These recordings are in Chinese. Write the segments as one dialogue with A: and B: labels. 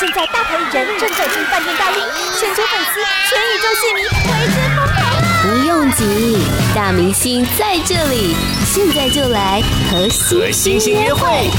A: 现在大牌艺人正走进饭店大厅，全球粉丝、全宇宙戏迷为之疯狂啊！
B: 不用急，大明星在这里，现在就来和
C: 和
B: 星
C: 星
B: 星
C: 星
B: 约
C: 约会
B: 会。。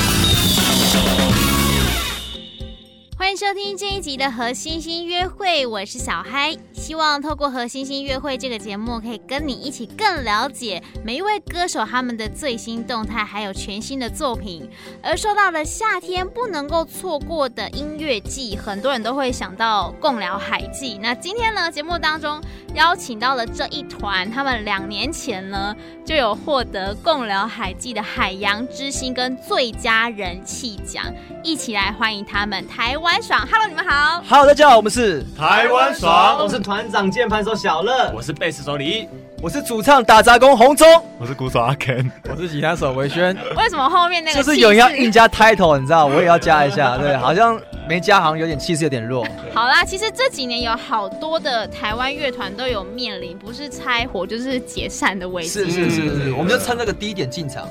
D: 欢迎收听这一集的《和星星约会》，我是小嗨。希望透过《和星星约会》这个节目，可以跟你一起更了解每一位歌手他们的最新动态，还有全新的作品。而说到了夏天不能够错过的音乐季，很多人都会想到共聊海季。那今天呢，节目当中邀请到了这一团，他们两年前呢就有获得共聊海季的海洋之星跟最佳人气奖。一起来欢迎他们台湾爽。Hello，你们 好。
E: Hello，大家好，我们是，
F: 台湾爽，
G: 我是团长键盘手小乐，
C: 我是贝斯手李毅，
E: 我是主唱打杂工洪忠，
F: 我是鼓手阿 Ken，
E: 我是吉他手维 轩，
D: 为什么后面那个
E: 就是有人要
D: 气势
E: 硬加 title，你知道，我也要加一下，对，好像没加好像有点气势有点弱，
D: 好啦，其实这几年有好多的台湾乐团都有面临不是拆伙就是解散的危
E: 是
D: 机，
E: 是是是，我们就趁这个低点进场，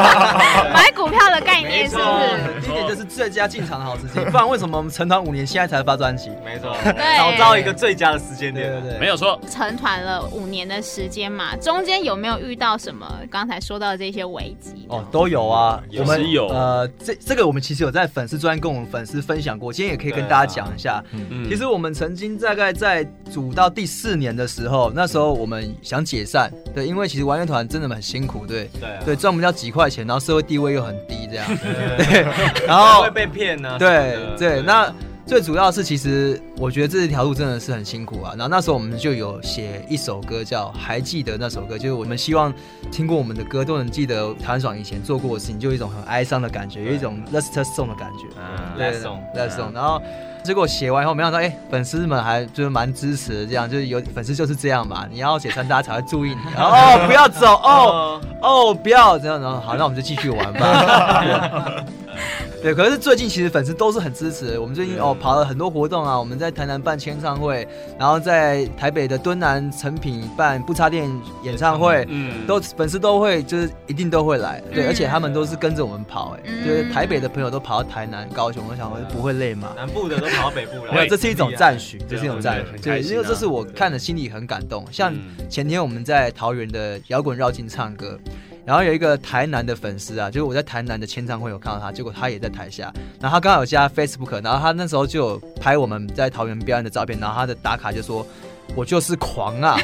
D: 买股票的概念是不是？
E: 低点就是最佳进场的好时机，不然为什么我们成团五年现在才发专辑？
F: 没错，
D: 对，
F: 找到一个最佳的时间
E: 对
F: 点
E: 对。对，
C: 没有错，
D: 成团了五年的时间嘛，中间有没有遇到什么刚才说到的这些危机？
E: 哦，都有啊，
C: 有
E: 我们
C: 时有
E: 呃，这这个我们其实有在粉丝专业跟我们粉丝分享过，今天也可以跟大家讲一下。
C: 嗯
E: 其实我们曾经大概在组到第四年的时候，那时候我们想解散，对，因为其实玩乐团真的很辛苦，对，
F: 对啊
E: 对，赚不到几块钱，然后社会地位又很低，这样，
F: 对
E: 对，然
F: 然后
E: 后
F: 会被骗呢。
E: 对
F: 什么的
E: 对，那最主要是，其实我觉得这条路真的是很辛苦啊。然后那时候我们就有写一首歌叫《还记得》，那首歌就是我们希望听过我们的歌都能记得谭爽以前做过的事情，就有一种很哀伤的感觉，有一种 Let's Just Song 的感觉。
F: 嗯
E: 对
F: Last song
E: Let's Song。然后结果写完以后，没想到哎、粉丝们还就是蛮支持的，这样就是有粉丝就是这样嘛，你要解散大家才会注 意你。然后哦，不要走哦。
F: 哦，
E: 哦，不要这样，然后好，那我们就继续玩吧。对，可是最近其实粉丝都是很支持的。我们最近哦跑了很多活动啊，我们在台南办签唱会，然后在台北的敦南成品办不插电演唱会，
C: 嗯，
E: 都粉丝都会就是一定都会来。对，
D: 嗯
E: 而且他们都是跟着我们跑、哎、
D: 嗯
E: 就是台北的朋友都跑到台南、高雄，我想我不会累吗？
F: 南部的都跑到北部来。
E: 没有，这是一种
C: 哎
E: 赞许，这
F: 对啊
E: 是一种赞
F: 对
E: 许，
F: 很
E: 对，
F: 开心啊
E: 因为这是我看了心里很感动。像前天我们在桃园的摇滚绕境唱歌，然后有一个台南的粉丝啊，就是我在台南的签唱会有看到他，结果他也在台下，然后他刚好有加 Facebook，然后他那时候就有拍我们在桃园表演的照片，然后他的打卡就说。我就是狂啊，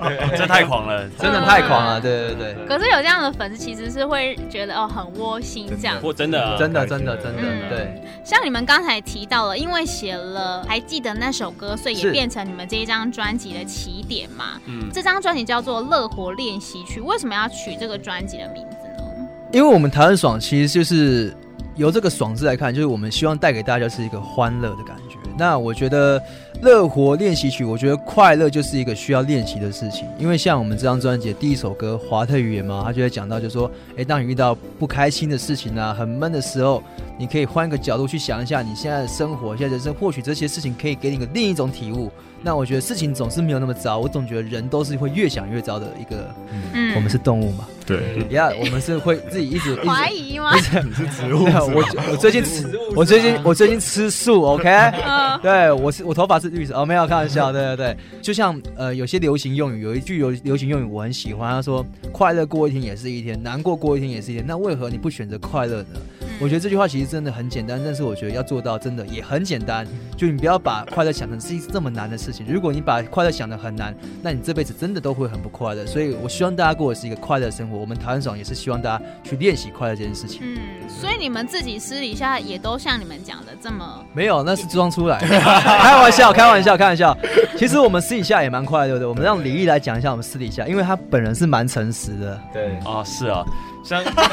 C: 哎这太狂了，
E: 真的太狂了，对对对，
D: 可是有这样的粉丝，其实是会觉得哦很窝心这样。
C: 我真的啊
E: 真的
F: 开心
E: 真的
F: 了
E: 真的
D: 嗯，
E: 对，
D: 像你们刚才提到了，因为写了还记得那首歌，所以也
E: 是
D: 变成你们这一张专辑的起点嘛。
C: 嗯
D: 这张专辑叫做《乐活练习曲》，为什么要取这个专辑的名字呢？
E: 因为我们台湾爽其实就是由这个爽字来看，就是我们希望带给大家是一个欢乐的感觉。那我觉得乐活练习曲，我觉得快乐就是一个需要练习的事情。因为像我们这张专辑的第一首歌《华特语言》嘛，它就会讲到，就说，诶，当你遇到不开心的事情啊，很闷的时候，你可以换一个角度去想一下你现在的生活，现在人生，或许这些事情可以给你一个另一种体悟。那我觉得事情总是没有那么糟，我总觉得人都是会越想越糟的一个，
D: 嗯
E: 我们是动物嘛，
C: 对，
E: 呀、我们是会自己一直一直
D: 怀疑吗？
F: 植物
E: 对啊， 我我最近吃，我最近我最近吃素，OK？
D: 嗯
E: 对，我是我头发是绿色哦，没有开玩笑，对对对，就像呃有些流行用语，有一句流流行用语我很喜欢，他说快乐过一天也是一天，难过过一天也是一天，那为何你不选择快乐呢？
D: 嗯
E: 我觉得这句话其实真的很简单，但是我觉得要做到真的也很简单，就你不要把快乐想成是一这么难的事情。如果你把快乐想得很难，那你这辈子真的都会很不快乐。所以我希望大家过的是一个快乐的生活，我们台湾爽也是希望大家去练习快乐这件事情。
D: 嗯，所以你们自己私底下也都像你们讲的这么
E: 没有，那是装出 来的。开玩笑，开玩笑，开玩笑。其实我们私底下也蛮快乐的。我们让李毅来讲一下我们私底下，因为他本人是蛮诚实的。
F: 对，
C: 哦，是啊，像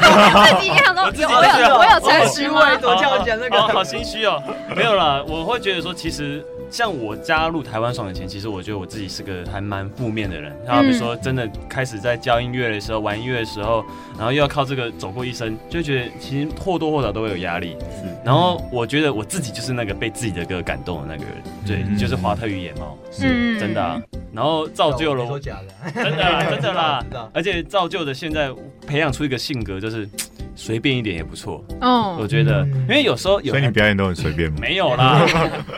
D: 自己想说，我有我有诚实吗？
E: 我叫我讲那
C: 哦，好心虚哦，没有啦，我会觉得说，其实像我加入台湾爽以前，其实我觉得我自己是个还蛮负面的人。然后比如说，真的开始在教音乐的时候、玩音乐的时候，然后又要靠这个走过一生，就觉得其实或多或少都会有压力。然后我觉得我自己就是那个被自己的歌感动的那个人，对，
F: 嗯
C: 就是华特与野猫，
D: 嗯
C: 真的啊。然后造就了我，
E: 假的，
C: 真的啦，真的啦
E: 知道。
C: 而且造就的现在培养出一个性格，就是随便一点也不错。我
D: 哦，
C: 觉
G: 嗯
C: 得，因为有时候有
H: 所以你表演都很随便吗？
C: 没有 啦，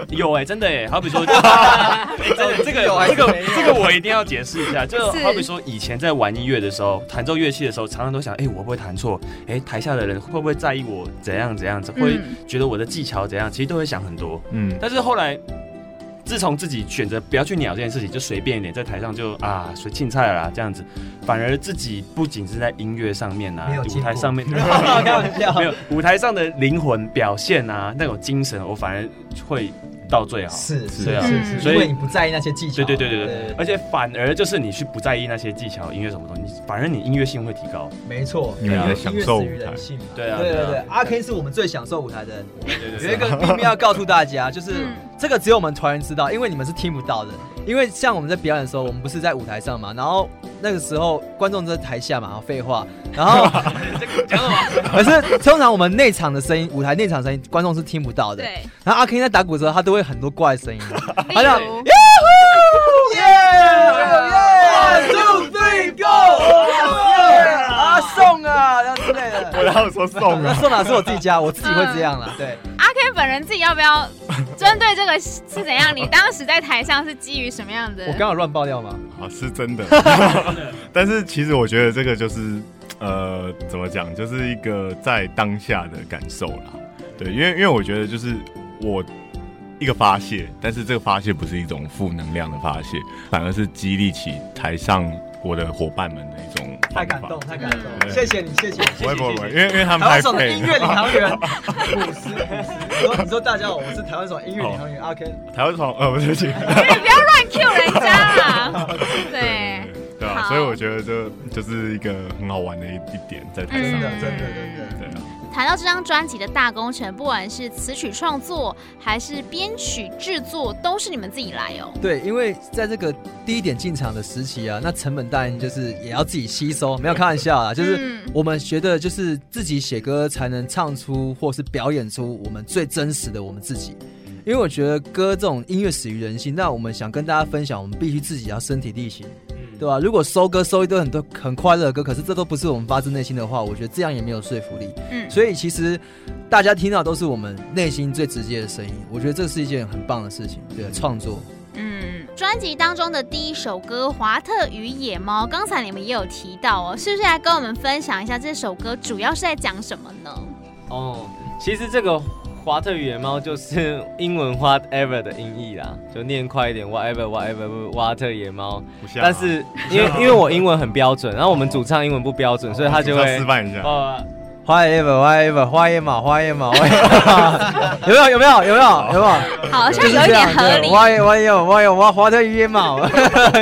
C: 有哎、真的哎、好比说，哎真的这个这个这个我一定要解释一下，就是好比说以前在玩音乐的时候，弹奏乐器的时候，常常都想，哎、我会不会弹错？哎、台下的人会不会在意我怎样怎样？会
D: 嗯
C: 觉得我的技巧怎样？其实都会想很多。
H: 嗯，
C: 但是后来，自从自己选择不要去鸟这件事情，就随便一点，在台上就啊随青菜啦这样子，反而自己不仅是在音乐上面啊
G: 没有，进
C: 舞台
G: 步
C: 上面
G: 开玩笑
C: 没有舞台上的灵魂表现啊，那种精神，我反而会到最好。
G: 是
C: 对
G: 是
C: 啊
G: 是是，
C: 所以
G: 因为你不在意那些技巧。
C: 对对对对对，而且反而就是你去不在意那些技巧、音乐什么东西，反而你音乐性会提高。
G: 没错，
H: 因为你在享受舞台
G: 音乐之于人性嘛
C: 对啊
G: 对
C: 对
G: 对
C: 啊
G: 对，阿 Ken 是我们最享受舞台的人。
E: 有一个秘密要告诉大家，就是
D: 嗯
E: 这个只有我们团员知道，因为你们是听不到的。因为像我们在表演的时候，我们不是在舞台上嘛，然后那个时候观众在台下嘛，废话，然后可是通常我们内场的声音，舞台内场声音，观众是听不到的。
D: 对，
E: 然后阿 King 在打鼓的时候，他都会很多怪声音，
D: 例
E: 好像
D: 如
E: 耶，two three go，阿宋啊，然后之类的。
H: 我哪有说送
E: 那
H: 啊？
E: 宋哪是我自己家，我自己会这样了。对，
D: 阿 K 本人自己要不要针对这个是怎样？你当时在台上是基于什么样的？
E: 我刚好乱爆料嘛。
H: 啊，是真的。但是其实我觉得这个就是，呃，怎么讲，就是一个在当下的感受啦。对，因为因为我觉得就是我一个发泄，但是这个发泄不是一种负能量的发泄，反而是激励起台上我的伙伴们的一种方法
G: 太感动，太感动，
H: 对
G: 谢谢你，谢谢
H: 不会
G: 你。
H: 不会不会，因为因为
G: 台
H: 他们太
G: 湾省的音
H: 废
G: 乐领
H: 了。
G: 航员， 古诗古诗，你说你说大家好，我是台湾省音乐领航员阿 Ken。
H: 台湾从呃，不 是不是。
D: 不要乱 Q 人家啦。 对，
H: 对啊，
D: 好
H: 所以我觉得这就是一个很好玩的一一点在台上。
G: 真的真的真
D: 嗯
G: 的，
H: 对啊，
D: 谈到这张专辑的大工程，不管是词曲创作还是编曲制作，都是你们自己来哦。
E: 对，因为在这个第一点进场的时期啊，那成本当然就是也要自己吸收，没有开玩笑啊，就是
D: 嗯
E: 我们觉得就是自己写歌才能唱出或是表演出我们最真实的我们自己。因为我觉得歌这种音乐始于人性，那我们想跟大家分享，我们必须自己要身体力行，对吧、如果收歌收一堆很多很快乐的歌，可是这都不是我们发自内心的话，我觉得这样也没有说服力。
D: 嗯
E: 所以其实大家听到都是我们内心最直接的声音，我觉得这是一件很棒的事情，对创作。
D: 嗯，专辑当中的第一首歌《华特与野猫》，刚才你们也有提到哦，是不是来跟我们分享一下这首歌主要是在讲什么呢？
F: 哦，其实这个华特与野猫就是英文 whatever 的音译啦，就念快一点 whatever whatever 华特野猫。
H: 不像啊
F: 但是因为因为我英文很标准，然后我们主唱英文不标准，所以他就
H: 我
F: 会
H: 示范一下。
F: 哦，
E: 花叶吧，花叶吧，花叶嘛，花叶嘛，花叶嘛， 有没有？有没有？有没有？有没有？
D: 好像
E: 就是
D: 有一
E: 这
D: 点
E: 样，
D: 合理
E: 对，。花叶，花叶，花叶，花花特约嘛，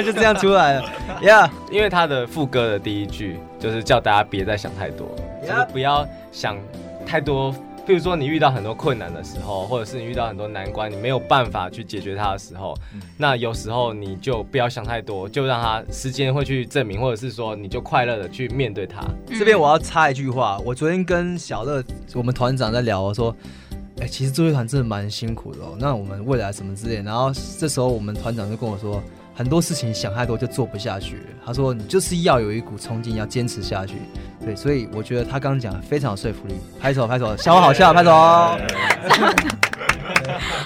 E: 就这样出来了。Yeah，
F: 因为他的副歌的第一句就是叫大家别再想太多，就是不要想太多。譬如说你遇到很多困难的时候，或者是你遇到很多难关，你没有办法去解决它的时候，
C: 嗯
F: 那有时候你就不要想太多，就让它时间会去证明，或者是说你就快乐的去面对它。
E: 这边我要插一句话，我昨天跟小乐，我们团长在聊，我说。哎、其实做乐团真的蛮辛苦的哦。那我们未来什么之类，然后这时候我们团长就跟我说，很多事情想太多就做不下去了。他说你就是要有一股冲劲，要坚持下去。对，所以我觉得他刚刚讲的非常有说服力，拍手拍手，笑好笑，拍手。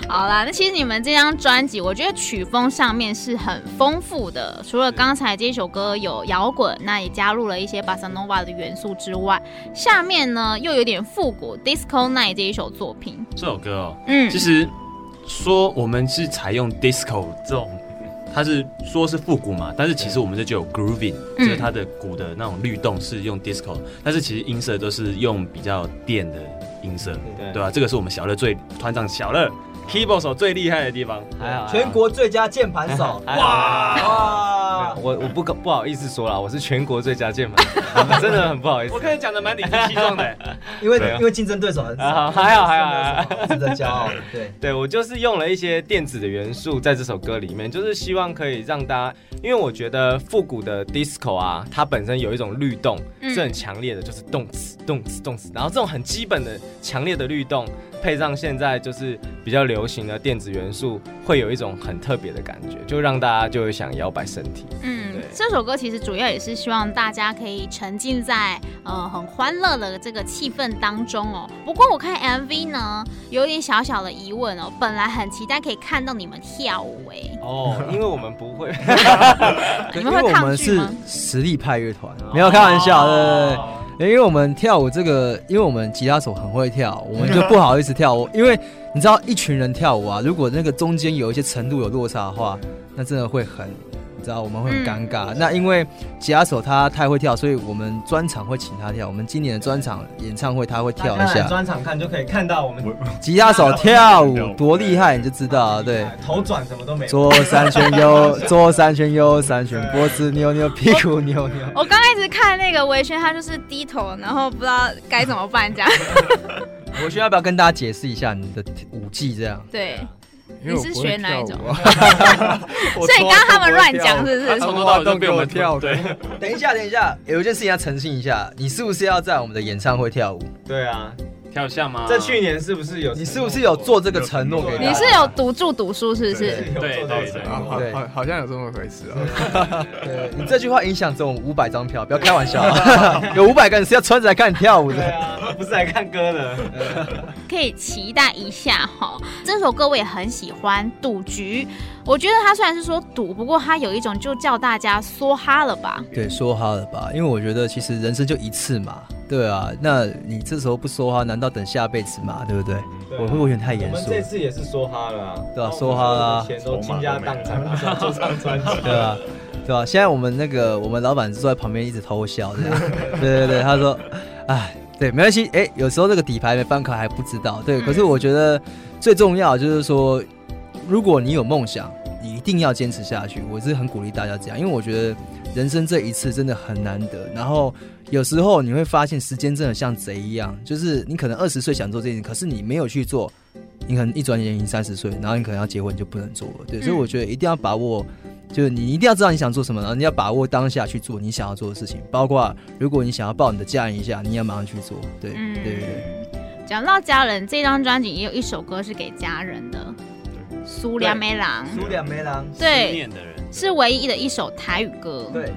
D: 好啦，那其实你们这张专辑，我觉得曲风上面是很丰富的，除了刚才这首歌有摇滚，那也加入了一些巴塞诺瓦的元素之外，下面呢又有点复古 disco night 这一首作品，
C: 这首歌哦，
D: 嗯
C: 其实说我们是采用 disco 这种，它是说是复古嘛，但是其实我们这就有 grooving，
D: 嗯
C: 就是它的鼓的那种律动是用 disco，但是其实音色都是用比较电的音色，
F: 对
C: 对吧、这个是我们小乐最团长小乐 keyboard 手最厉害的地方。
F: 还好
G: 全国最佳键盘手，
F: 哇！
C: 哎
G: 哇！
F: 我我不不好意思说了，我是全国最佳键盘， 真的很不好意思
C: 我。看你讲的蛮理直气壮的，
G: 因为
F: 对啊
G: 因为竞争对手很
F: 啊
G: 少，
F: 好 还好还好还好
G: 竞争对手很少值得骄傲。对，
F: 对我就是用了一些电子的元素在这首歌里面，就是希望可以让大家，因为我觉得复古的 disco 啊，它本身有一种律动
D: 嗯
F: 是很强烈的，就是动次动次动次，然后这种很基本的强烈的律动，配上现在就是比较流行的电子元素，会有一种很特别的感觉，就让大家就会想摇摆身体。
D: 嗯
F: 对，
D: 这首歌其实主要也是希望大家可以沉浸在呃很欢乐的这个气氛当中哦。不过我看 MV 呢，有一点小小的疑问哦，本来很期待可以看到你们跳舞哎，
F: 哦，因为我们不会，
D: 你
E: 因
D: 们
E: 为
D: 会
E: 我
D: 抗
E: 们
D: 拒
E: 是
D: 吗？
E: 实力派乐团，
F: 哦
E: 没有开玩笑，对对对。因为我们跳舞这个，因为我们吉他手很会跳，我们就不好意思跳舞。
D: 嗯
E: 因为你知道，一群人跳舞啊，如果那个中间有一些程度有落差的话，那真的会很，你知道我们会很尴
D: 嗯
E: 尬。那因为吉他手他太会跳，所以我们专场会请他跳。我们今年的专场演唱会他会跳一
G: 大家来
E: 下，
G: 专场看就可以看到我们
E: 吉他手跳舞多厉害你就知道了，对。
G: 头转什么都没有。
E: 左三圈 右，左三圈右三圈，脖子扭扭，屁股扭扭。
I: 我刚开始看那个维轩，他就是低头，然后不知道该怎么办 这样。
E: 我需要不要跟大家解释一下你的舞技？这样
I: 对，啊
H: 因为我
I: 你是
H: 不会
I: 学哪一
H: 跳舞
I: 种
H: 啊？
I: 所以刚刚他们乱讲是 不是？
C: 从头到尾都被我们
F: 跳
C: 对，
E: 等一下，等一下，有一件事情要澄清一下，你是不是要在我们的演唱会跳舞？
F: 对啊，
C: 跳项吗？
F: 这去年是不是有？
E: 你是不是有做这个承诺给
G: 啊
E: 大家？
I: 你是有赌注赌输是不是？
C: 对
F: 有做到
C: 对对
F: 承
H: 啊
F: 诺？
H: 好
E: 对
H: 好好像有这么回事啊。
E: 对你这句话影响着我们五百张票，不要开玩 笑啊，有五百个人是要穿着来看你跳舞
F: 对
E: 的。
F: 啊，不是来看歌的。
D: 可以期待一下哈、这首歌我也很喜欢，《赌局》。我觉得它虽然是说赌，不过它有一种就叫大家梭哈了吧。
E: 对，说哈了吧，因为我觉得其实人生就一次嘛，对啊，那你这时候不说哈，难道等下辈子嘛，对不对？
F: 对啊
E: 我会不会有点太
F: 我
E: 严
F: 们
E: 肃？
F: 这次也是说哈了啊，
E: 对啊说哈了啊
F: 钱都倾家荡产拿出来做张专辑，
E: 对啊，对啊，现在我们那个我们老板坐在旁边一直偷笑，这样。对对对，他说，哎，对，没关系，哎，有时候这个底牌没翻开还不知道，对。可是我觉得最重要就是说，如果你有梦想，你一定要坚持下去。我是很鼓励大家这样，因为我觉得人生这一次真的很难得。然后有时候你会发现，时间真的像贼一样，就是你可能二十岁想做这件事，可是你没有去做。你可能一转眼已经三十岁，然后你可能要结婚，你就不能做了。对，所以我觉得一定要把握就是你一定要知道你想做什么，然后你要把握当下去做你想要做的事情，包括如果你想要抱你的家人一下，你要马上去做。对，
D: 嗯
E: 对对对，
D: 讲到家人，这张专辑也有一首歌是给家人的，《苏良梅郎》，
E: 苏两梅郎，
C: 思
D: 对，
C: 念的人
D: 是唯一的一首台语歌。
E: 对，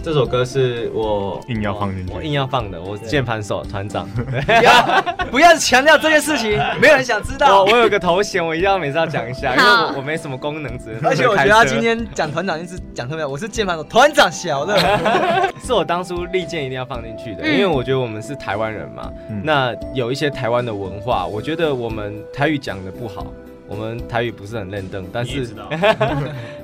F: 这首歌是我
H: 硬要放进去
F: 我硬要放的。我是键盘手团 长，
E: 不要不要强调这件事情，没有人想知
F: 我
E: 道。
F: 我有个头衔，我一定要每次要讲 一下，因为
D: 好
F: 我我没什么功能，只能
E: 而且我觉
F: 开
E: 得
F: 车
E: 他今天讲团长一直讲特别好，我是键盘手团长小乐，
F: 是我当初利剑一定要放进去的，
D: 嗯
F: 因为我觉得我们是台湾人嘛，
H: 嗯
F: 那有一些台湾的文化，我觉得我们台语讲的不好。我们台语不是很认真，但
C: 你也
F: 是
C: 知道，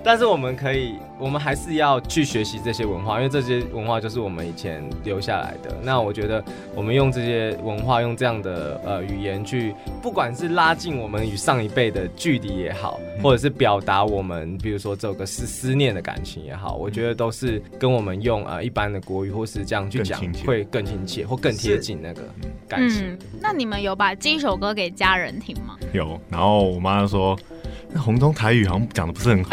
F: 但是我们可以，我们还是要去学习这些文化，因为这些文化就是我们以前留下来的。那我觉得我们用这些文化，用这样的呃语言去，不管是拉近我们与上一辈的距离也好，
C: 嗯
F: 或者是表达我们，比如说这首歌是思念的感情也好，我觉得都是跟我们用呃一般的国语或是这样去讲
H: 更亲切
F: 会更亲切或更贴近那个感情。
D: 嗯，那你们有把这一首歌给家人听吗？
H: 有，然后我妈就说，那红中台语好像讲的不是很好，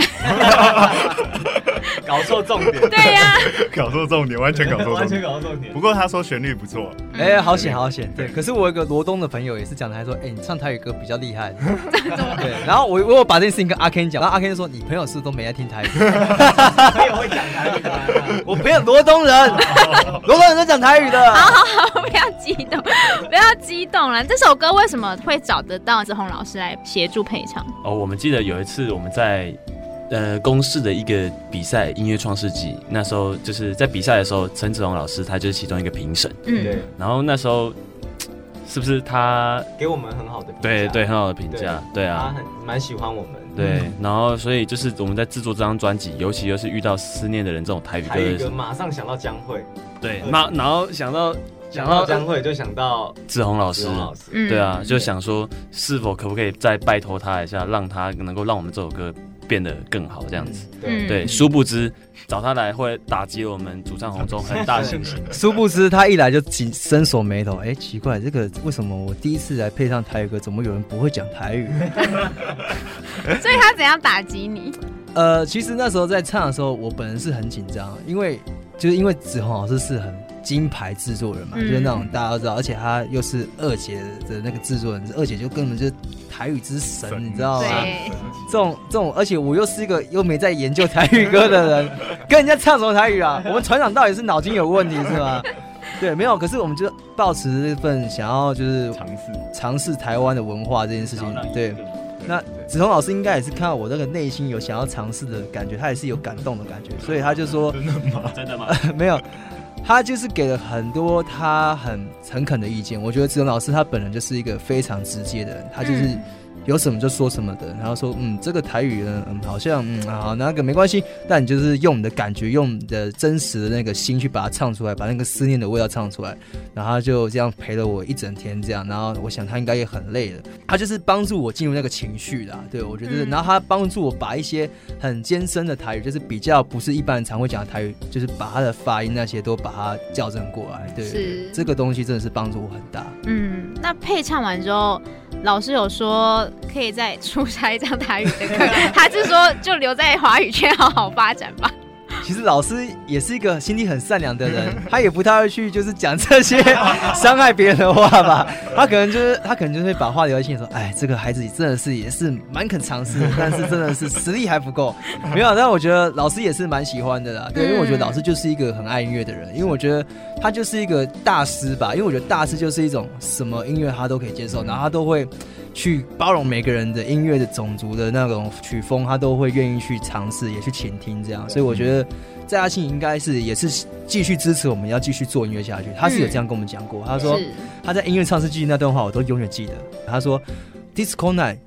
F: 搞错重 点，
D: 对呀、
H: 搞错重点， 完全搞错重
F: 完全
H: 点。
F: 搞错重点
H: 不。过她说旋律不错，
E: 哎，好险好险。对，可是我有个罗东的朋友也是讲的，还说，哎，你唱台语歌比较厉害。对，然后我我有把这件事情跟阿 Ken 讲，然后阿 Ken 就说，你朋友是不是都没在听台语？
F: 我也会讲台语的。
E: 我朋友罗东人，罗东人都讲台语的。
D: 不要激动，不要激动了。这首歌为什么会找得到子红老师来协助配唱？
C: 哦，我们记得有一次我们在呃公视的一个比赛音乐创世纪，那时候就是在比赛的时候，陈子龙老师他就是其中一个评审，
D: 嗯，
F: 对，
C: 然后那时候呃是不是他
F: 给我们很好的评价
C: 对对，很好的评价，对
F: 他
C: 啊。
F: 很蛮喜欢我们。
C: 对，然后所以就是我们在制作这张专辑，尤其又是遇到思念的人这种台语歌
F: 还有一
C: 的时
F: 个
C: 候，
F: 马上想到江蕙，
C: 对，那然后想到想
F: 想到
C: 到
F: 江蕙就想到
C: 志宏老
F: 石
C: 师，
F: 龙老师。
D: 嗯
C: 对啊，就想说是否可不可以再拜托他一下，让他能够让我们这首歌变得更好这样子。
D: 嗯
F: 对，
C: 对，殊不知找他来会打击我们主唱红中很大信心。
E: 殊不知他一来就紧深锁眉头，哎、奇怪，这个为什么我第一次来配上台语歌，怎么有人不会讲台语？
D: 所以他怎样打击你？
E: 呃，其实那时候在唱的时候，我本人是很紧张，因为就是因为子红老师是很金牌制作人嘛，
D: 嗯
E: 就是那种大家都知道，而且他又是二姐的那个制作人，二姐就根本就是台语之神，
H: 神
E: 你知道吗？
I: 对
E: 这种这种，而且我又是一个又没在研究台语歌的人，跟人家唱什么台语啊？我们船长到底是脑筋有问题是吗？对，没有。可是我们就抱持这份想要就是
H: 尝试
E: 尝试台湾的文化这件事情
C: 然后让，
E: 嗯对。那子彤老师应该也是看到我那个内心有想要尝试的感觉，他也是有感动的感觉，所以他就说
H: 真的 吗？
C: 真的吗？
E: 没有，他就是给了很多他很诚恳的意见。我觉得子龙老师他本人就是一个非常直接的人，他就是
I: 嗯
E: 有什么就说什么的。然后说，嗯，这个台语呢，嗯，好像嗯好那个没关系，但你就是用你的感觉，用你的真实的那个心去把它唱出来，把那个思念的味道唱出来。然后他就这样陪了我一整天，这样。然后我想他应该也很累了，他就是帮助我进入那个情绪啦。对我觉得，
I: 嗯
E: 然后他帮助我把一些很艰深的台语，就是比较不是一般人常会讲的台语，就是把它的发音那些都把它校正过来。对，
I: 是
E: 这个东西真的是帮助我很大。
I: 嗯，那配唱完之后，老师有说可以再出差一张台语的课，还是说就留在华语圈好好发展吧？
E: 其实老师也是一个心地很善良的人，他也不太会去就是讲这些 伤害别人的话吧。他可能就是他可能就会把话留在心里，说：“哎，这个孩子真的是也是蛮肯尝试的，但是真的是实力还不够。”没有，但我觉得老师也是蛮喜欢的啦。对，因为我觉得老师就是一个很爱音乐的人，因为我觉得他就是一个大师吧。因为我觉得大师就是一种什么音乐他都可以接受，然后他都会。去包容每个人的音乐的种族的那种曲风，他都会愿意去尝试，也去倾听这样。所以我觉得在他心里应该是也是继续支持我们，要继续做音乐下去。他是有这样跟我们讲过，他说
I: 是
E: 他在音乐唱诗记那段话我都永远记得。他说，Disco Night。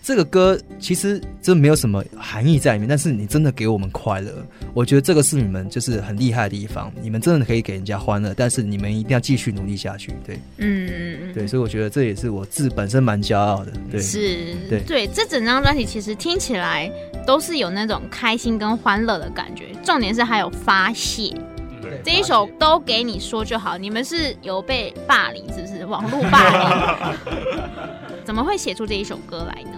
E: 这个歌其实真没有什么含义在里面，但是你真的给我们快乐，我觉得这个是你们就是很厉害的地方，你们真的可以给人家欢乐，但是你们一定要继续努力下去，对
I: 嗯，
E: 对，所以我觉得这也是我自本身蛮骄傲的，对，
I: 是，
E: 对
D: 这整张专辑其实听起来都是有那种开心跟欢乐的感觉，重点是还有发泄。
H: 对
D: 这一首都给你说就好，你们是有被霸凌是不是？网络霸 凌？怎么会写出这一首歌来呢？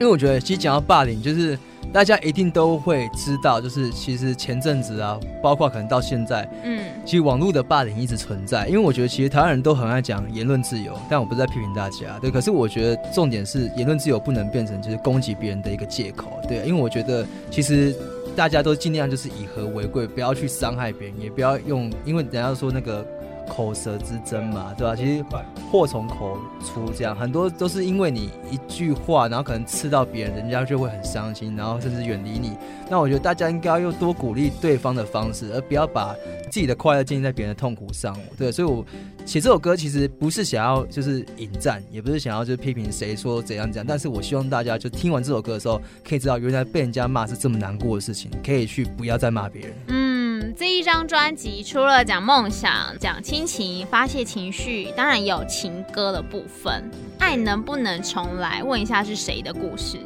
E: 因为我觉得，其实讲到霸凌，就是大家一定都会知道，就是其实前阵子啊，包括可能到现在，
D: 嗯，
E: 其实网络的霸凌一直存在。因为我觉得，其实台湾人都很爱讲言论自由，但我不是在批评大家，对。可是我觉得重点是，言论自由不能变成就是攻击别人的一个借口，对。因为我觉得，其实大家都尽量就是以和为贵，不要去伤害别人，也不要用，因为人家说那个口舌之争嘛，对吧、其实祸从口出，这样很多都是因为你一句话，然后可能刺到别人，人家就会很伤心，然后甚至远离你。那我觉得大家应该要多鼓励对方的方式，而不要把自己的快乐建立在别人的痛苦上。对，所以我写这首歌其实不是想要就是引战，也不是想要就是批评谁说怎样怎样，但是我希望大家就听完这首歌的时候，可以知道原来被人家骂是这么难过的事情，可以去不要再骂别人。
D: 嗯，这一张专辑除了讲梦想、讲亲情、发泄情绪，当然也有情歌的部分。爱能不能重来？问一下是谁的故事？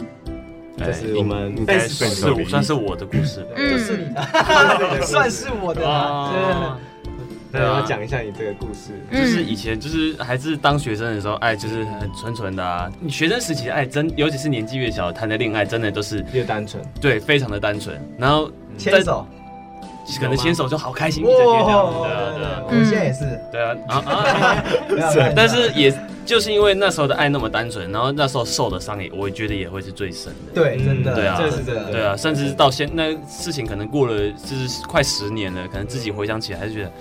F: 就是我们
C: 应该
F: 贝斯
C: 是
F: 手
C: 是我算是我的故事吧。
D: 嗯，
E: 算是我的
C: 啊，
F: 对，
C: 对啊
F: 要讲一下你这个故事。
D: 嗯
C: 就是以前就是还是当学生的时候，爱就是很纯纯的啊。你学生时期的爱真，尤其是年纪越小谈的恋爱，真的都
D: 嗯
C: 是
F: 越单 纯，
C: 对非常的单纯，然后
J: 嗯
E: 牵手，
C: 可能牵手就好开心一整天这样子，对啊对啊
E: 我现在也是，
C: 对啊啊 啊！
E: 没有
H: 是
C: 但是也就是因为那时候的爱那么单纯，然后那时候受的伤也，我觉得也会是最深的。
E: 对，真的，
C: 对啊
F: 这是真的
C: 对啊，甚至到现那事情可能过了就是快十年了，可能自己回想起来还是觉得，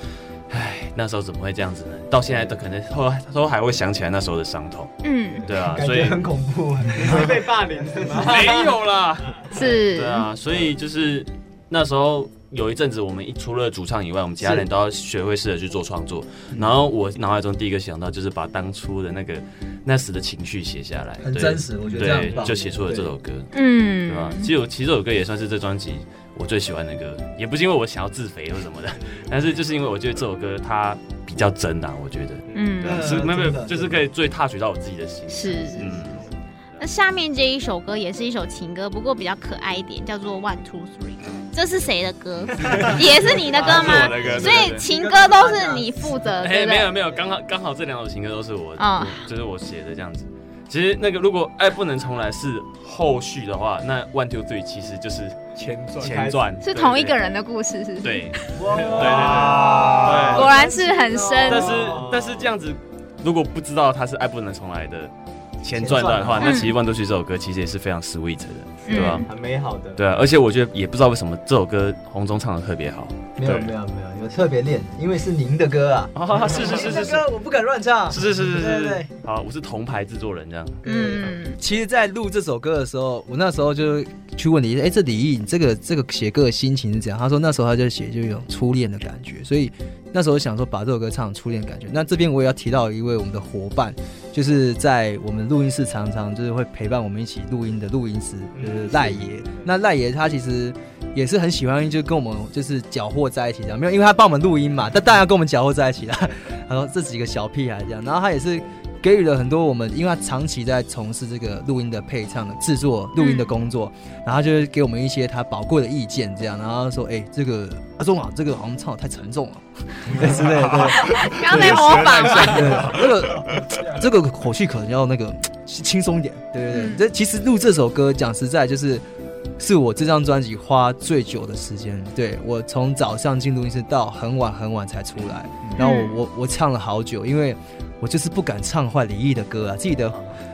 C: 唉，那时候怎么会这样子呢？到现在都可能后来都还会想起来那时候的伤痛。
D: 嗯，
C: 对啊，
E: 感
C: 所以
E: 觉很恐怖。
F: 会被霸凌是吗？
C: 没有啦。
D: 是，
C: 对啊，所以就是那时候有一阵子，我们一除了主唱以外，我们其他人都要学会试着去做创作。然后我脑海中第一个想到就是把当初的那个那时的情绪写下来，
E: 很
C: 对
E: 真实我觉得这样很
C: 对，
E: 棒
C: 就写出了这首歌，
D: 嗯，
C: 对吧？其实我其实这首歌也算是这专辑我最喜欢的歌，也不是因为我想要自肥或什么的， 但是就是因为我觉得这首歌它比较真啊，我觉得，
D: 嗯
C: 对啊，
E: 嗯
C: 是没有没
E: 真的
C: 有，就是可以最踏取到我自己的心，
D: 是。
C: 嗯。
D: 那下面这一首歌也是一首情歌，不过比较可爱一点，叫做《One Two Three》。这是谁的 歌？也是你的歌吗？
C: 啊是我的
D: 所
C: 歌对对
D: 以
C: 对
D: 情歌都是你负责，
C: 哎、
D: 啊对不
C: 没
D: 对？
C: 有没有，刚好刚好这两首情歌都是我，
D: 哦
C: 我就是我写的这样子。其实那个如果爱不能重来是后续的话，那 One Two Three 其实就是
F: 前传
C: 前传，
D: 是同一个人的故事，是不是？
C: 对。对对对对哦
D: 果
C: 对。
D: 然是很
C: 但
D: 深。
C: 是但是这样子，如果不知道他是爱不能重来的钱赚到的话，那其实《万都去》这首歌其实也是非常 sweet 的，
D: 嗯
C: 对吧、
F: 很美好的。
C: 对啊，而且我觉得也不知道为什么这首歌红中唱的特 别好。
J: 没有
C: 对
J: 没有没有，有特别练，因为是您的歌啊，
C: 啊，是是是
J: 您
C: 是
J: 的
C: 是
J: 歌我不敢乱唱。
C: 是是是
J: 对
C: 是
J: 对
C: 是
J: 对。
C: 好，我是铜牌制作人这样。
D: 嗯，
E: 其实，在录这首歌的时候，我那时候就去问李毅，哎，这李毅，你这个这个写歌的心情是怎样？他说那时候他就写就有一种初恋的感觉，所以那时候想说把这首歌唱初恋的感觉。那这边我也要提到一位我们的伙伴，就是在我们录音室常常就是会陪伴我们一起录音的录音师，就是赖爷。那赖爷他其实。也是很喜欢，就跟我们就是搅和在一起这样，没有，因为他帮我们录音嘛，但当然要跟我们搅和在一起啦。 他说这几个小屁孩这样，然后他也是给予了很多我们，因为他长期在从事这个录音的配唱的制作、录音的工作，然后他就会给我们一些他宝贵的意见，这样，然后他说，哎、这个阿忠啊，这个好像唱的太沉重了，对之类的，
D: 刚才模仿嘛，
E: 对，对这个这个口气可能要那个轻松一点，对对对，
D: 嗯
E: 这其实录这首歌讲实在就是。是我这张专辑花最久的时间，对我从早上进录音室到很晚很晚才出来，然后
D: 嗯
E: 我我我唱了好久，因为我就是不敢唱坏李毅的歌啊，自己的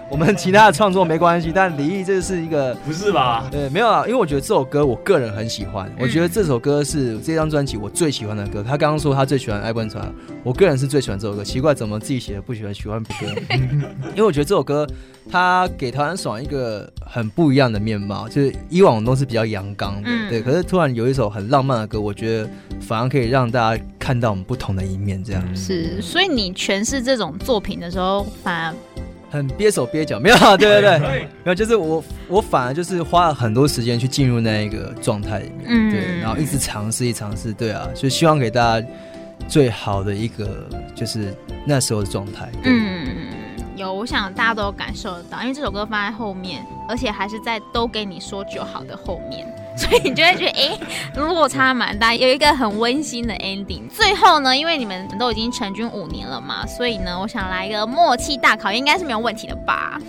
E: 我们其他的创作没关系，但李毅这是一个
C: 不是吧？
E: 呃没有啊，因为我觉得这首歌我个人很喜欢，我觉得这首歌是这张专辑我最喜欢的歌。他刚刚说他最喜欢《爱笨船》，我个人是最喜欢这首歌。奇怪，怎么自己写的不喜欢，喜欢别人？因为我觉得这首歌它给台湾爽一个很不一样的面貌，就是以往都是比较阳刚的，
D: 嗯
E: 对。可是突然有一首很浪漫的歌，我觉得反而可以让大家看到我们不同的一面，这样。
H: 嗯
D: 是，所以你诠释这种作品的时候，反而
E: 很憋手憋脚，没有啊，对对对，没有，就是我我反而就是花了很多时间去进入那一个状态里面，
D: 嗯
E: 对，然后一直尝试，一直尝试，对啊，就希望给大家最好的一个就是那时候的状态，对，
D: 嗯，有，我想大家都有感受得到，因为这首歌放在后面，而且还是在都给你说就好的后面， 所以你就会觉得，哎、落差蛮大，有一个很温馨的 ending。最后呢，因为你们都已经成军五年了嘛，所以呢，我想来一个默契大考验，应该是没有问题的吧？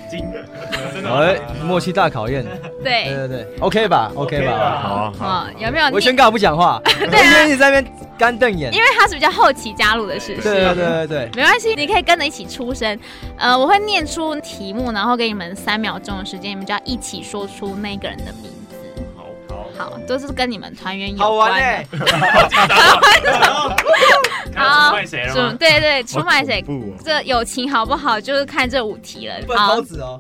E: 哎，默契大考验，对
D: 对，
E: 对对，OK 吧，OK 吧，
H: 好啊好啊，
D: 嗯，有没有？
E: 呃我
D: 你啊
E: 先干嘛不 讲话，我先一直在那边干瞪眼
D: 因，为它是比较后期加入的，是不
E: 对
D: 是？
E: 对啊对对对，
D: 没关系，你可以跟着一起出声。呃，我会念出题目，然后给你们三秒钟的时间，你们就要一起说出那个人的名字。
C: 好
D: 好，都是跟你们团员有
E: 好玩
D: 关的。
E: 哎，
C: 好，出卖谁了
D: 出
C: 吗？
D: 对对，出卖谁？
H: 不，
D: 这友情好不好，就是看这五题了
E: 不。能
D: 好
E: 包，子哦，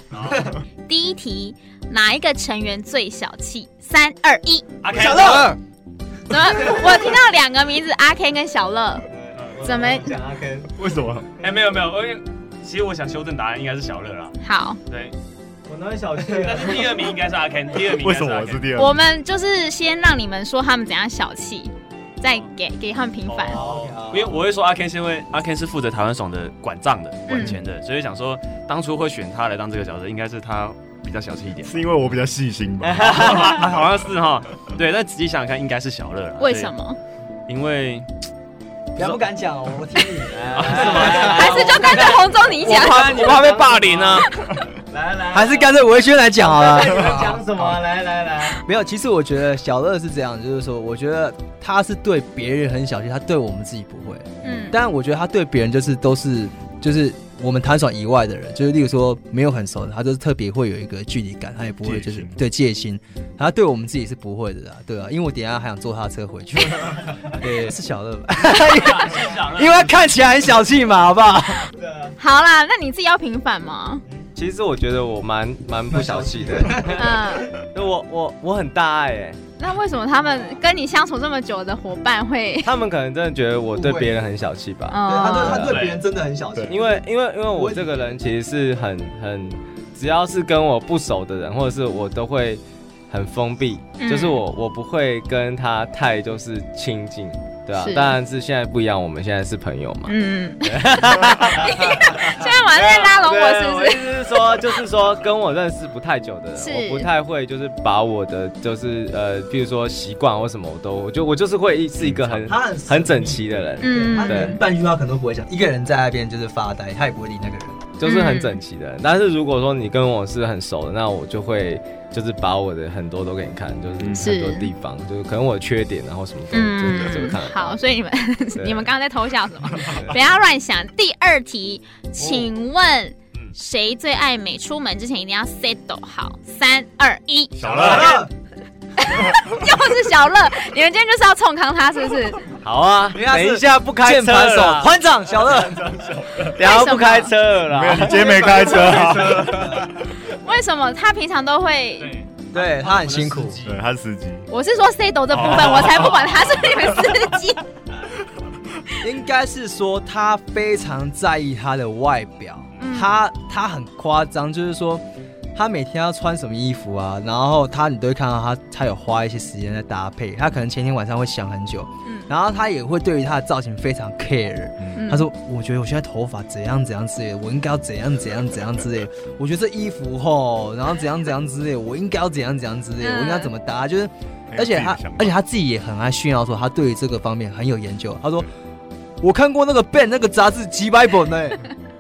D: 第一题，哪一个成员最小气？三
E: 啊
D: 二一，
C: 阿 K，
E: 小乐，
D: 怎么？我听到两个名字，阿 Ken 跟小乐，怎么？
F: 讲阿 Ken，
H: 为什么？
C: 哎，没有没有，因为其实我想修正答案应该是小乐啦。
D: 好，
C: 对，
F: 我哪有小啊气
C: 但 是第二名应该是阿 Ken，第二名应
H: 为
C: 该是
H: 什么
C: 阿
H: 我是
C: Ken。
H: 第二？啊
D: 我们就是先让你们说他们怎样小气，再给给他们平反。
F: 哦
C: 因为我会说阿 Ken 是因为阿 Ken 是负责台湾爽的管账的、管钱
H: 嗯
C: 的，所以想说当初会选他来当这个角色，应该是他比较小气 一点，
H: 是因为我比较细心 吧？
C: 啊好像是哈。对，但仔细想想看，应该是小乐了。
D: 为什？么？
C: 因为
J: 不要不敢讲哦，我听你。
D: 还是就跟着洪总你讲
C: 我？怕我怕被霸 凌啊。
F: 来来，
E: 还是干脆维轩来讲好了。
F: 讲什么啊？来来来，
E: 没有，其实我觉得小乐是这样，就是说，我觉得他是对别人很小气，他对我们自己不会。
D: 嗯，
E: 但我觉得他对别人就是都是就是我们谈爽以外的人，就是例如说没有很熟的，他就是特别会有一个距离感，他也不会就是
H: 戒心
E: 对戒心，他对我们自己是不会的啦，对啊，因为我等一下还想坐他的车回 去。对，是小乐吧？ 因为他看起来很小气嘛，好不好？
D: 好啦，那你自己要平反吗？
F: 其实我觉得我蛮蛮不小气的，
D: 嗯，
F: 我我我很大爱哎，
D: 那为什么他们跟你相处这么久的伙伴会？
F: 他们可能真的觉得我对别人很小气吧，
J: 对他对
D: 嗯，
J: 他对别人真的很小
H: 对
J: 心，
F: 因为因为因为我这个人其实是很很，只要是跟我不熟的人，或者是我都会很封闭，
D: 嗯
F: 就是我我不会跟他太就是亲近，对啊
D: 是，
F: 当然是现在不一样，我们现在是朋友嘛。
D: 嗯， 现在晚上在拉拢我是不
F: 对我意
D: 是？
F: 思是说，就是说跟我认识不太久的人，
D: 是
F: 我不太会就是把我的就是呃，比如说习惯或什么，我都我就我就是会一是一个很
J: 他很
F: 很整齐的人，
J: 他
D: 嗯，
J: 连半句话可能都不会讲，
E: 一个人在那边就是发呆，他也不会理那个人。
F: 就是
D: 嗯
F: 很整齐的人。但是如果说你跟我是很熟的，那我就会就是把我的很多都给你看，就是很多
D: 是
F: 地方，就是可能我的缺点，然后什么都就就就
D: 嗯
F: 看得，到。
D: 好，所以你们
F: 对 嗯
D: 你们刚刚在偷笑什么？不要乱想。第二题，请问谁最爱美？出门之前一定要 settle 好。三二一，
H: 小
G: 好
H: 乐，
G: 了，
D: 又是小乐，你们今天就是要冲康他，是不 是？
F: 好啊，
G: 等一下是
F: 等一下不开
E: 键
F: 车
E: 盘手
F: 了，
E: 团长小乐，
F: 等一下不开车了
E: 啊
H: 没有，你
F: 啦。
H: 今天没开 车啊？
D: 为什么他平常都会？
E: 对他很辛苦。
H: 对，他是司机。哎
D: 我是说 settle 这部分，
H: 哦
D: 我才不管他是你们司机。
E: 应该是说他非常在意他的外表，
H: 嗯
E: 他他很夸张，就是说他每天要穿什么衣服啊，然后他你都会看到他他有花一些时间在搭配，他可能前天晚上会想很久，
D: 嗯
E: 然后他也会对于他的造型非常 care，、他
H: 嗯
E: 说我觉得我现在头发怎样怎样之类的，我应该要怎样怎样怎样之类的，我觉得这衣服吼，然后怎样怎样之类的，我应该要怎样怎样之类的，我应该要怎么搭，就是。而且他
H: 很有自己的想法
E: 而且他自己也很爱炫耀说他对于这个方面很有研究。他说：“我看过那个 Ben 那个杂志几百本呢、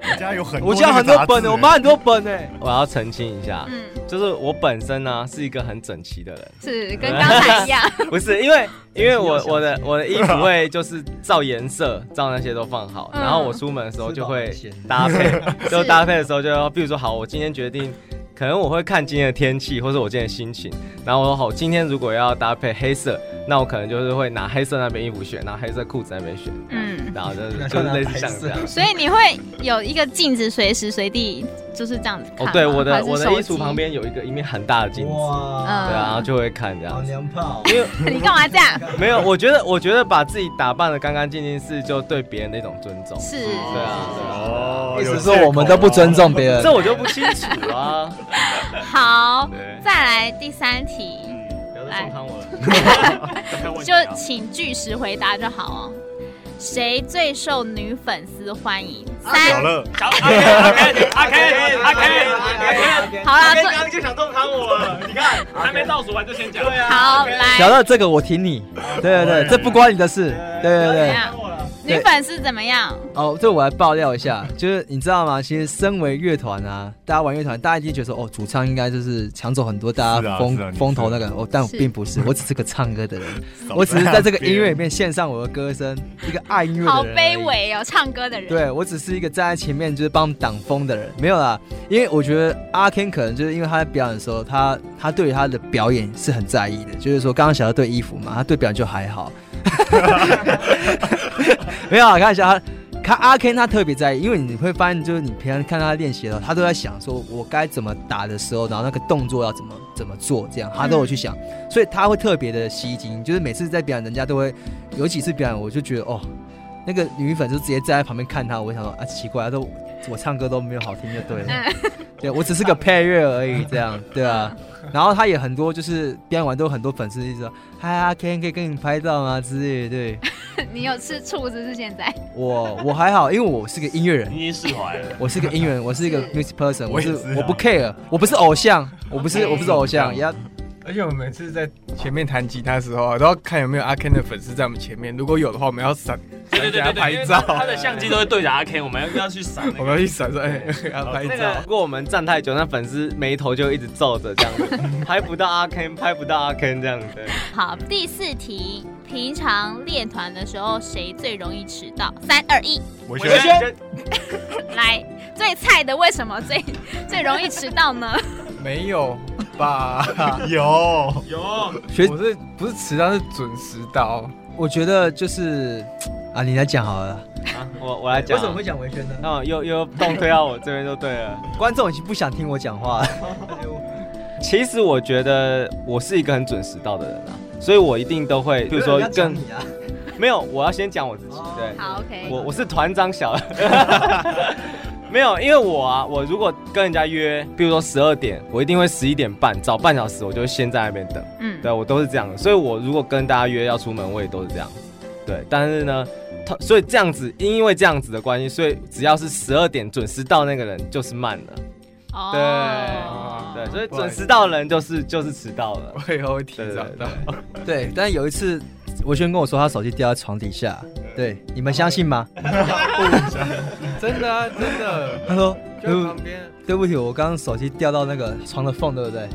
H: 我家有很多
E: 我家很多本呢、我妈很多本 呢、
F: 我要澄清一下，
D: 嗯，
F: 就是我本身呢、是一个很整齐的人，
D: 是跟刚才一样。
F: 不是因 为因为我我的我的衣服会就是照颜色，照那些都放好，
D: 嗯
F: 然后我出门的时候就会
E: 吃饱了闲
F: 搭 配，就搭配的时候就要，比如说好，我今天决定。可能我会看今天的天气，或者我今天的心情。然后我说好，今天如果要搭配黑色，那我可能就是会拿黑色那边衣服选，拿黑色裤子那边选。
D: 嗯，
F: 然 后就是就是类似像这样。
D: 所以你会有一个镜子，随时随地就是这样子看
F: 哦
D: 吗。，
F: 对，我的
D: 还是
F: 我的
D: 手
F: 衣橱
D: 机
F: 旁。边有一个一面很大的镜子，
D: 嗯
E: 哇，
F: 对啊，然后就会看这
E: 好
F: 样子。
E: 娘炮！
F: 因为
D: 你干嘛这样？
F: 没有，我觉得我觉得把自己打扮的干干净净是就对别人的一种尊重。
D: 是，
F: 对啊，对啊，
H: 哦，
E: 意
H: 有
E: 思
H: 借
E: 说
H: 口
E: 我们都不尊重别人
F: 这。我就不清楚啊。
D: 好，
F: 对，
D: 再来第三题，
F: 不要再冲康我了。嗯
D: 就请据实回答就好哦。谁最受女粉丝欢迎？
H: 小
F: 啊
D: 三，
H: 乐，
C: 阿 Ken，阿 Ken，阿 Ken，阿 Ken，阿 Ken，
D: 好啦，
F: 刚
D: 最
F: 刚就想动康我了，你看
C: 还没倒数完就先讲。
D: 好
E: 小
D: 来，
E: 乐，这个我挺你，
H: 哦
E: 对对对，这不关你的事，对对
D: 怎
H: 啊
E: 对。
D: 样？
E: 对
D: 女粉丝怎么样？
E: 哦，这我来爆料一下，就是你知道吗？其实身为乐团啊，大家玩乐团，大家一定觉得说，哦，主唱应该就是抢走很多大
H: 是
E: 家
H: 啊
E: 风、
H: 是啊你
E: 风头那个人。哦，但我
D: 是
E: 并不是，我只是个唱歌的人，我只是在这个音乐里面献上我的歌声，一个爱音乐的人。
D: 好卑。微哦，唱歌的人。
E: 对我只是一个站在前面就是帮挡风的人，没有啦，因为我觉得阿 Ken 可能就是因为他在表演的时候，他他对于他的表演是很在意的，就是说刚刚小到对衣服嘛，他对表演就还好， 没有啊，开玩笑，他他阿 Ken 他特别在意，因为你会发现就是你平常看他练习的时候，他都在想说我该怎么打的时候，然后那个动作要怎么怎么做，
D: 嗯
E: 这样他都有去想，所以他会特别的吸睛，就是每次在表演，人家都会有几次表演，我就觉得哦。那个女粉就直接站在旁边看他，我想说啊，奇怪，他都我唱歌都没有好听就对了，
F: 嗯
E: 对我只是个配乐而已，这样对啊。然后他也很多，就是表演完都有很多粉丝一直说，嗨阿 Ken 可以跟你拍照吗之类的。对
D: 你有吃醋是不是？现在
E: 我我还好，因为我是个音乐人，
C: 你已经释怀了。
E: 我是个音 乐人，我是一个 music person，我
H: 我也
E: 是
H: 是啊
E: 我不 care，我不是偶像，我
F: 哎
E: 不是我不是偶像，也要
K: 而且我们每次在前面弹吉他的时候、啊，都要看有没有阿 Ken 的粉丝在我们前面，如果有的话，我们要闪，
C: 对对对对
K: 闪给他
C: 对，因
K: 拍
C: 为
K: 照
C: 他，他的相机都会对着阿 Ken，我们要要去闪 那个。
K: 我们要去闪说，哎、给他拍
F: 那个
K: 照
C: 啊
F: 如。果我们站太久，那粉丝眉头就一直皱着这样 子，拍不到阿 Ken，拍不到阿 Ken 这样子。
D: 好，第四题，平常练团的时候谁最容易迟到？三二一，
H: 我
C: 我
H: 觉得
C: 先
D: 来，最菜的为 什么最最容易迟到呢？
K: 没有 吧？
H: 有
C: 有
E: 学
K: 我。是不是迟到是准时到？
E: 我觉得就是啊，你来讲好了，
F: 啊我我来讲啊，
E: 讲维轩呢？
F: 哦，又又动推到我这边就对了。
E: 观众已经不想听我讲话了，
F: 其实我觉得我是一个很准时到的人啊，所以我一定都会，比 如说
E: 人家讲
F: 跟
E: 你啊，
F: 没有，我要先讲我自己
E: 哦。
F: 对，
D: 好，OK，
F: 我我是团长小， 没有，因为我啊，我如果跟人家约，比如说十二点，我一定会十一点半，早半小时我就会先在那边等。
D: 嗯，
F: 对我都是这样的，所以我如果跟大家约要出门，我也都是这样。对，但是呢，他所以这样子，因为这样子的关系，所以只要是十二点准时到那个人就是慢了。
D: 哦，
F: 对，所以准时到的人就是就是迟到了。
K: 我以后会提
F: 对对
K: 早
F: 对
K: 到。
E: 对，但有一次，维轩跟我说他手机掉在床底下，对，你们相信吗？
K: 真的啊，真的，
E: 他说，对
K: 就
E: 不
K: 旁边。
E: 对不起，我刚刚手机掉到那个床的缝，对不对？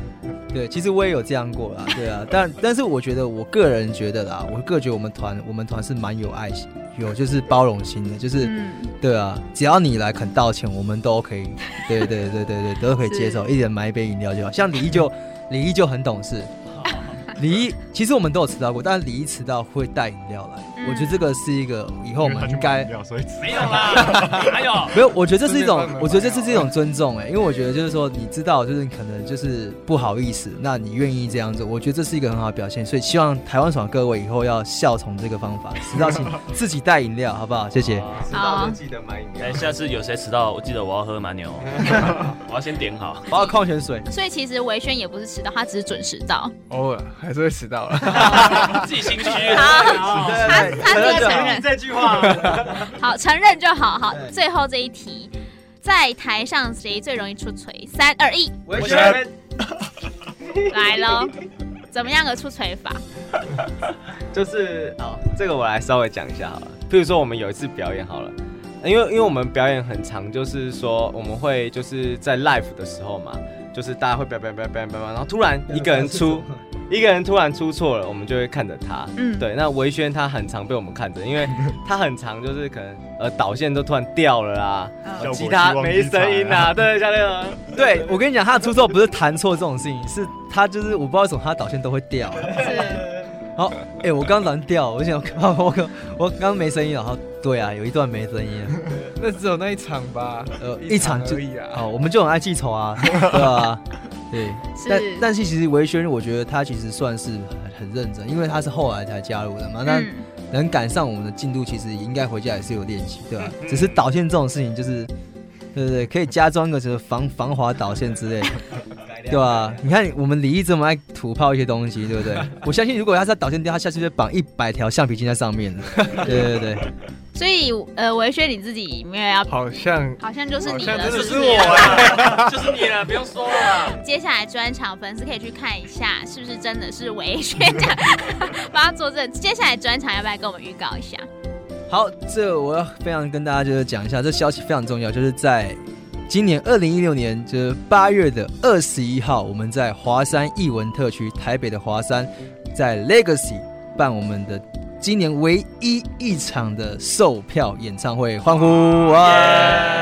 E: 对，其实我也有这样过 啦，对啊，但但是我觉得我个人觉得啦，我个人觉得我们团我们团是蛮有爱心，有就是包容心的，就是、
I: 嗯，
E: 对啊，只要你来肯道歉，我们 都可以，对对对对对，都可以接受，一人买一杯饮料就好。像李 毅就，李毅就很懂事。李毅，其实我们都有迟到过，但是李毅迟到会带饮料来，
I: 嗯
E: 我觉得这个是一个以后我
H: 因为他
E: 们
H: 去
E: 应
H: 买
E: 该
H: 饮料所以
C: 没有啊啦，还有
E: 没有，我觉得这是一种
K: 顺便帮，忙
E: 我觉得这是一种尊重哎、因为我觉得就是说，你知道，就是你可能就是不好意思，那你愿意这样做，我觉得这是一个很好的表现，所以希望台湾爽各位以后要效从这个方法，迟到请自己带饮料，好不好？谢谢。
F: 迟到就记得买饮 料
C: 哎，。下次有谁迟到，我记得我要喝 蛮牛，我要先点好。
E: 包括矿泉水，
I: 所以其实维轩也不是迟到，他只是准时到。
K: 偶尔还是会迟到了。
C: 自己心虚。
I: 他他自己承认，
C: 这句 话，
I: 好承认就好。好，最后这一题，在台上谁最容易出锤？三二一，
K: 我
C: 觉得
I: 来 喽！怎么样个出锤法？
F: 就是哦，这个我来稍微讲一下好了。譬如说我们有一次表演好了，因为因为我们表演很长，就是说我们会就是在 live 的时候嘛，就是大家会表表表表表表，然后突然一个人出，一个人突然出错了，我们就会看着他。
I: 嗯，
F: 对，那维轩他很常被我们看着，因为他很常就是可能呃导线都突然掉了啦，
H: 效果
F: 吉他
H: 希望
F: 没
H: 精彩
F: 声音
H: 啊。
F: 啦，对，教练啊，
E: 对我跟你讲，他的出错不是弹错这种事情，是他就是我不知道为什么他的导线都会掉。
I: 是
E: 好，哎、我刚刚掉，我想我刚我刚刚没声音了，然后对啊，有一段没声音，
K: 那只有那一场吧，
E: 呃，
K: 一
E: 一
K: 场
E: 场就
K: 而已啊
E: 哦，我们就很爱记仇啊，对啊，对。但
I: 是，
E: 但是其实维轩，我觉得他其实算是很很认真，因为他是后来才加入的嘛。那
I: 嗯
E: 能赶上我们的进度，其实应该回家也是有练习，对吧、只是导线这种事情，就是对对对，可以加装个什么防防滑导线之类的，对吧、你看我们李毅这么爱土炮一些东西，对不对？我相信如果他在导线掉，他下次就绑一百条橡皮筋在上面了。对对对，
I: 所以呃，维轩你自己没有要，
K: 好像
I: 好像就是你
K: 好
I: 了，是
K: 像真的
I: 不
K: 是
I: 是？
C: 我，啊就是你啊了，不用说 了。
I: 接下来专场粉丝可以去看一下，是不是真的是维轩这样 帮他作证？接下来专场要不要跟我们预告一下？
E: 好，这我要非常跟大家就是讲一下，这消息非常重要，就是在今年二零一六年就是八月的二十一号，我们在华山艺文特区台北的华山，在 Legacy 办我们的今年唯一一场的售票演唱会，欢呼哇！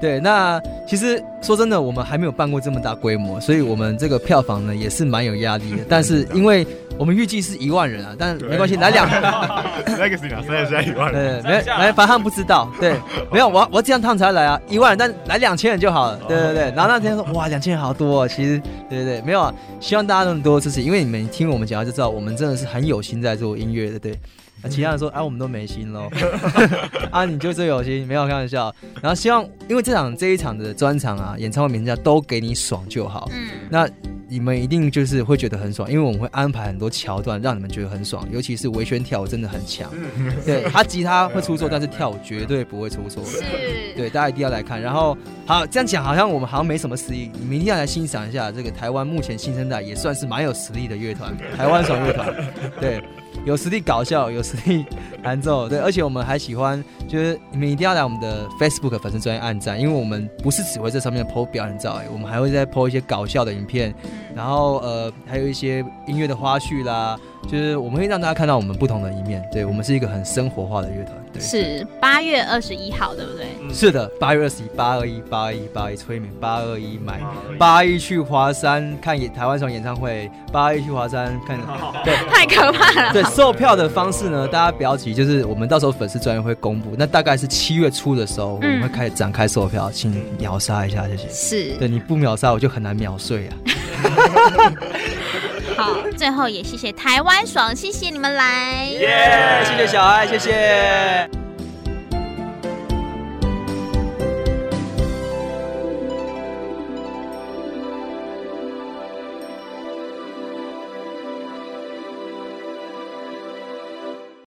E: 对，那其实说真的，我们还没有办过这么大规模，所以我们这个票房呢也是蛮有压力的。但是因为我们预计是一万人啊，但没关系，来两
H: Legacy 两三现在一万人，
E: 对，没来，反正他们不知道，对，没有，我我这样他们才会来啊，一万人，但来两千人就好了，对对对。然后那天说，哇，两千人好多、哦，其实，对对对，没有啊，希望大家都能多支持，因为你们听我们讲话就知道，我们真的是很有心在做音乐的，对。那其他人说，啊，我们都没心喽， 啊，你就最有心，没有开玩笑。然后希望，因为这场这一场的专场啊，演唱会名字叫都给你爽就好，
I: 嗯，
E: 那你们一定就是会觉得很爽，因为我们会安排很多桥段让你们觉得很爽，尤其是维轩跳舞真的很强，对他吉他会出错，但是跳舞绝对不会出错。
I: 是，
E: 对，大家一定要来看。然后，好，这样讲好像我们好像没什么实力，你们一定要来欣赏一下这个台湾目前新生代也算是蛮有实力的乐团，台湾爽乐团。对，有实力搞笑，有实力弹奏。对，而且我们还喜欢，就是你们一定要来我们的 Facebook 粉丝专业按赞，因为我们不是只会在上面 PO 表演照，欸而已，我们还会再 PO 一些搞笑的影片，然后呃，还有一些音乐的花絮啦，就是我们会让大家看到我们不同的一面。对我们是一个很生活化的乐团。对。
I: 是八月二十一号，对不对？
E: 是的，八月二十一，八二一，八一，八一催眠，八二一买，八一去华山看演台湾场演唱会，八一去华山 看。对
I: 太可怕了。
E: 对，售票的方式呢，大家不要急，就是我们到时候粉丝专业会公布，那大概是七月初的时候，我们会开始展开售票，请秒杀一下，谢谢。
I: 是
E: 对，你不秒杀我就很难秒睡 啊。
I: 好，最后也谢谢台湾爽，谢谢你们来。
E: 耶，谢谢小爱，谢谢。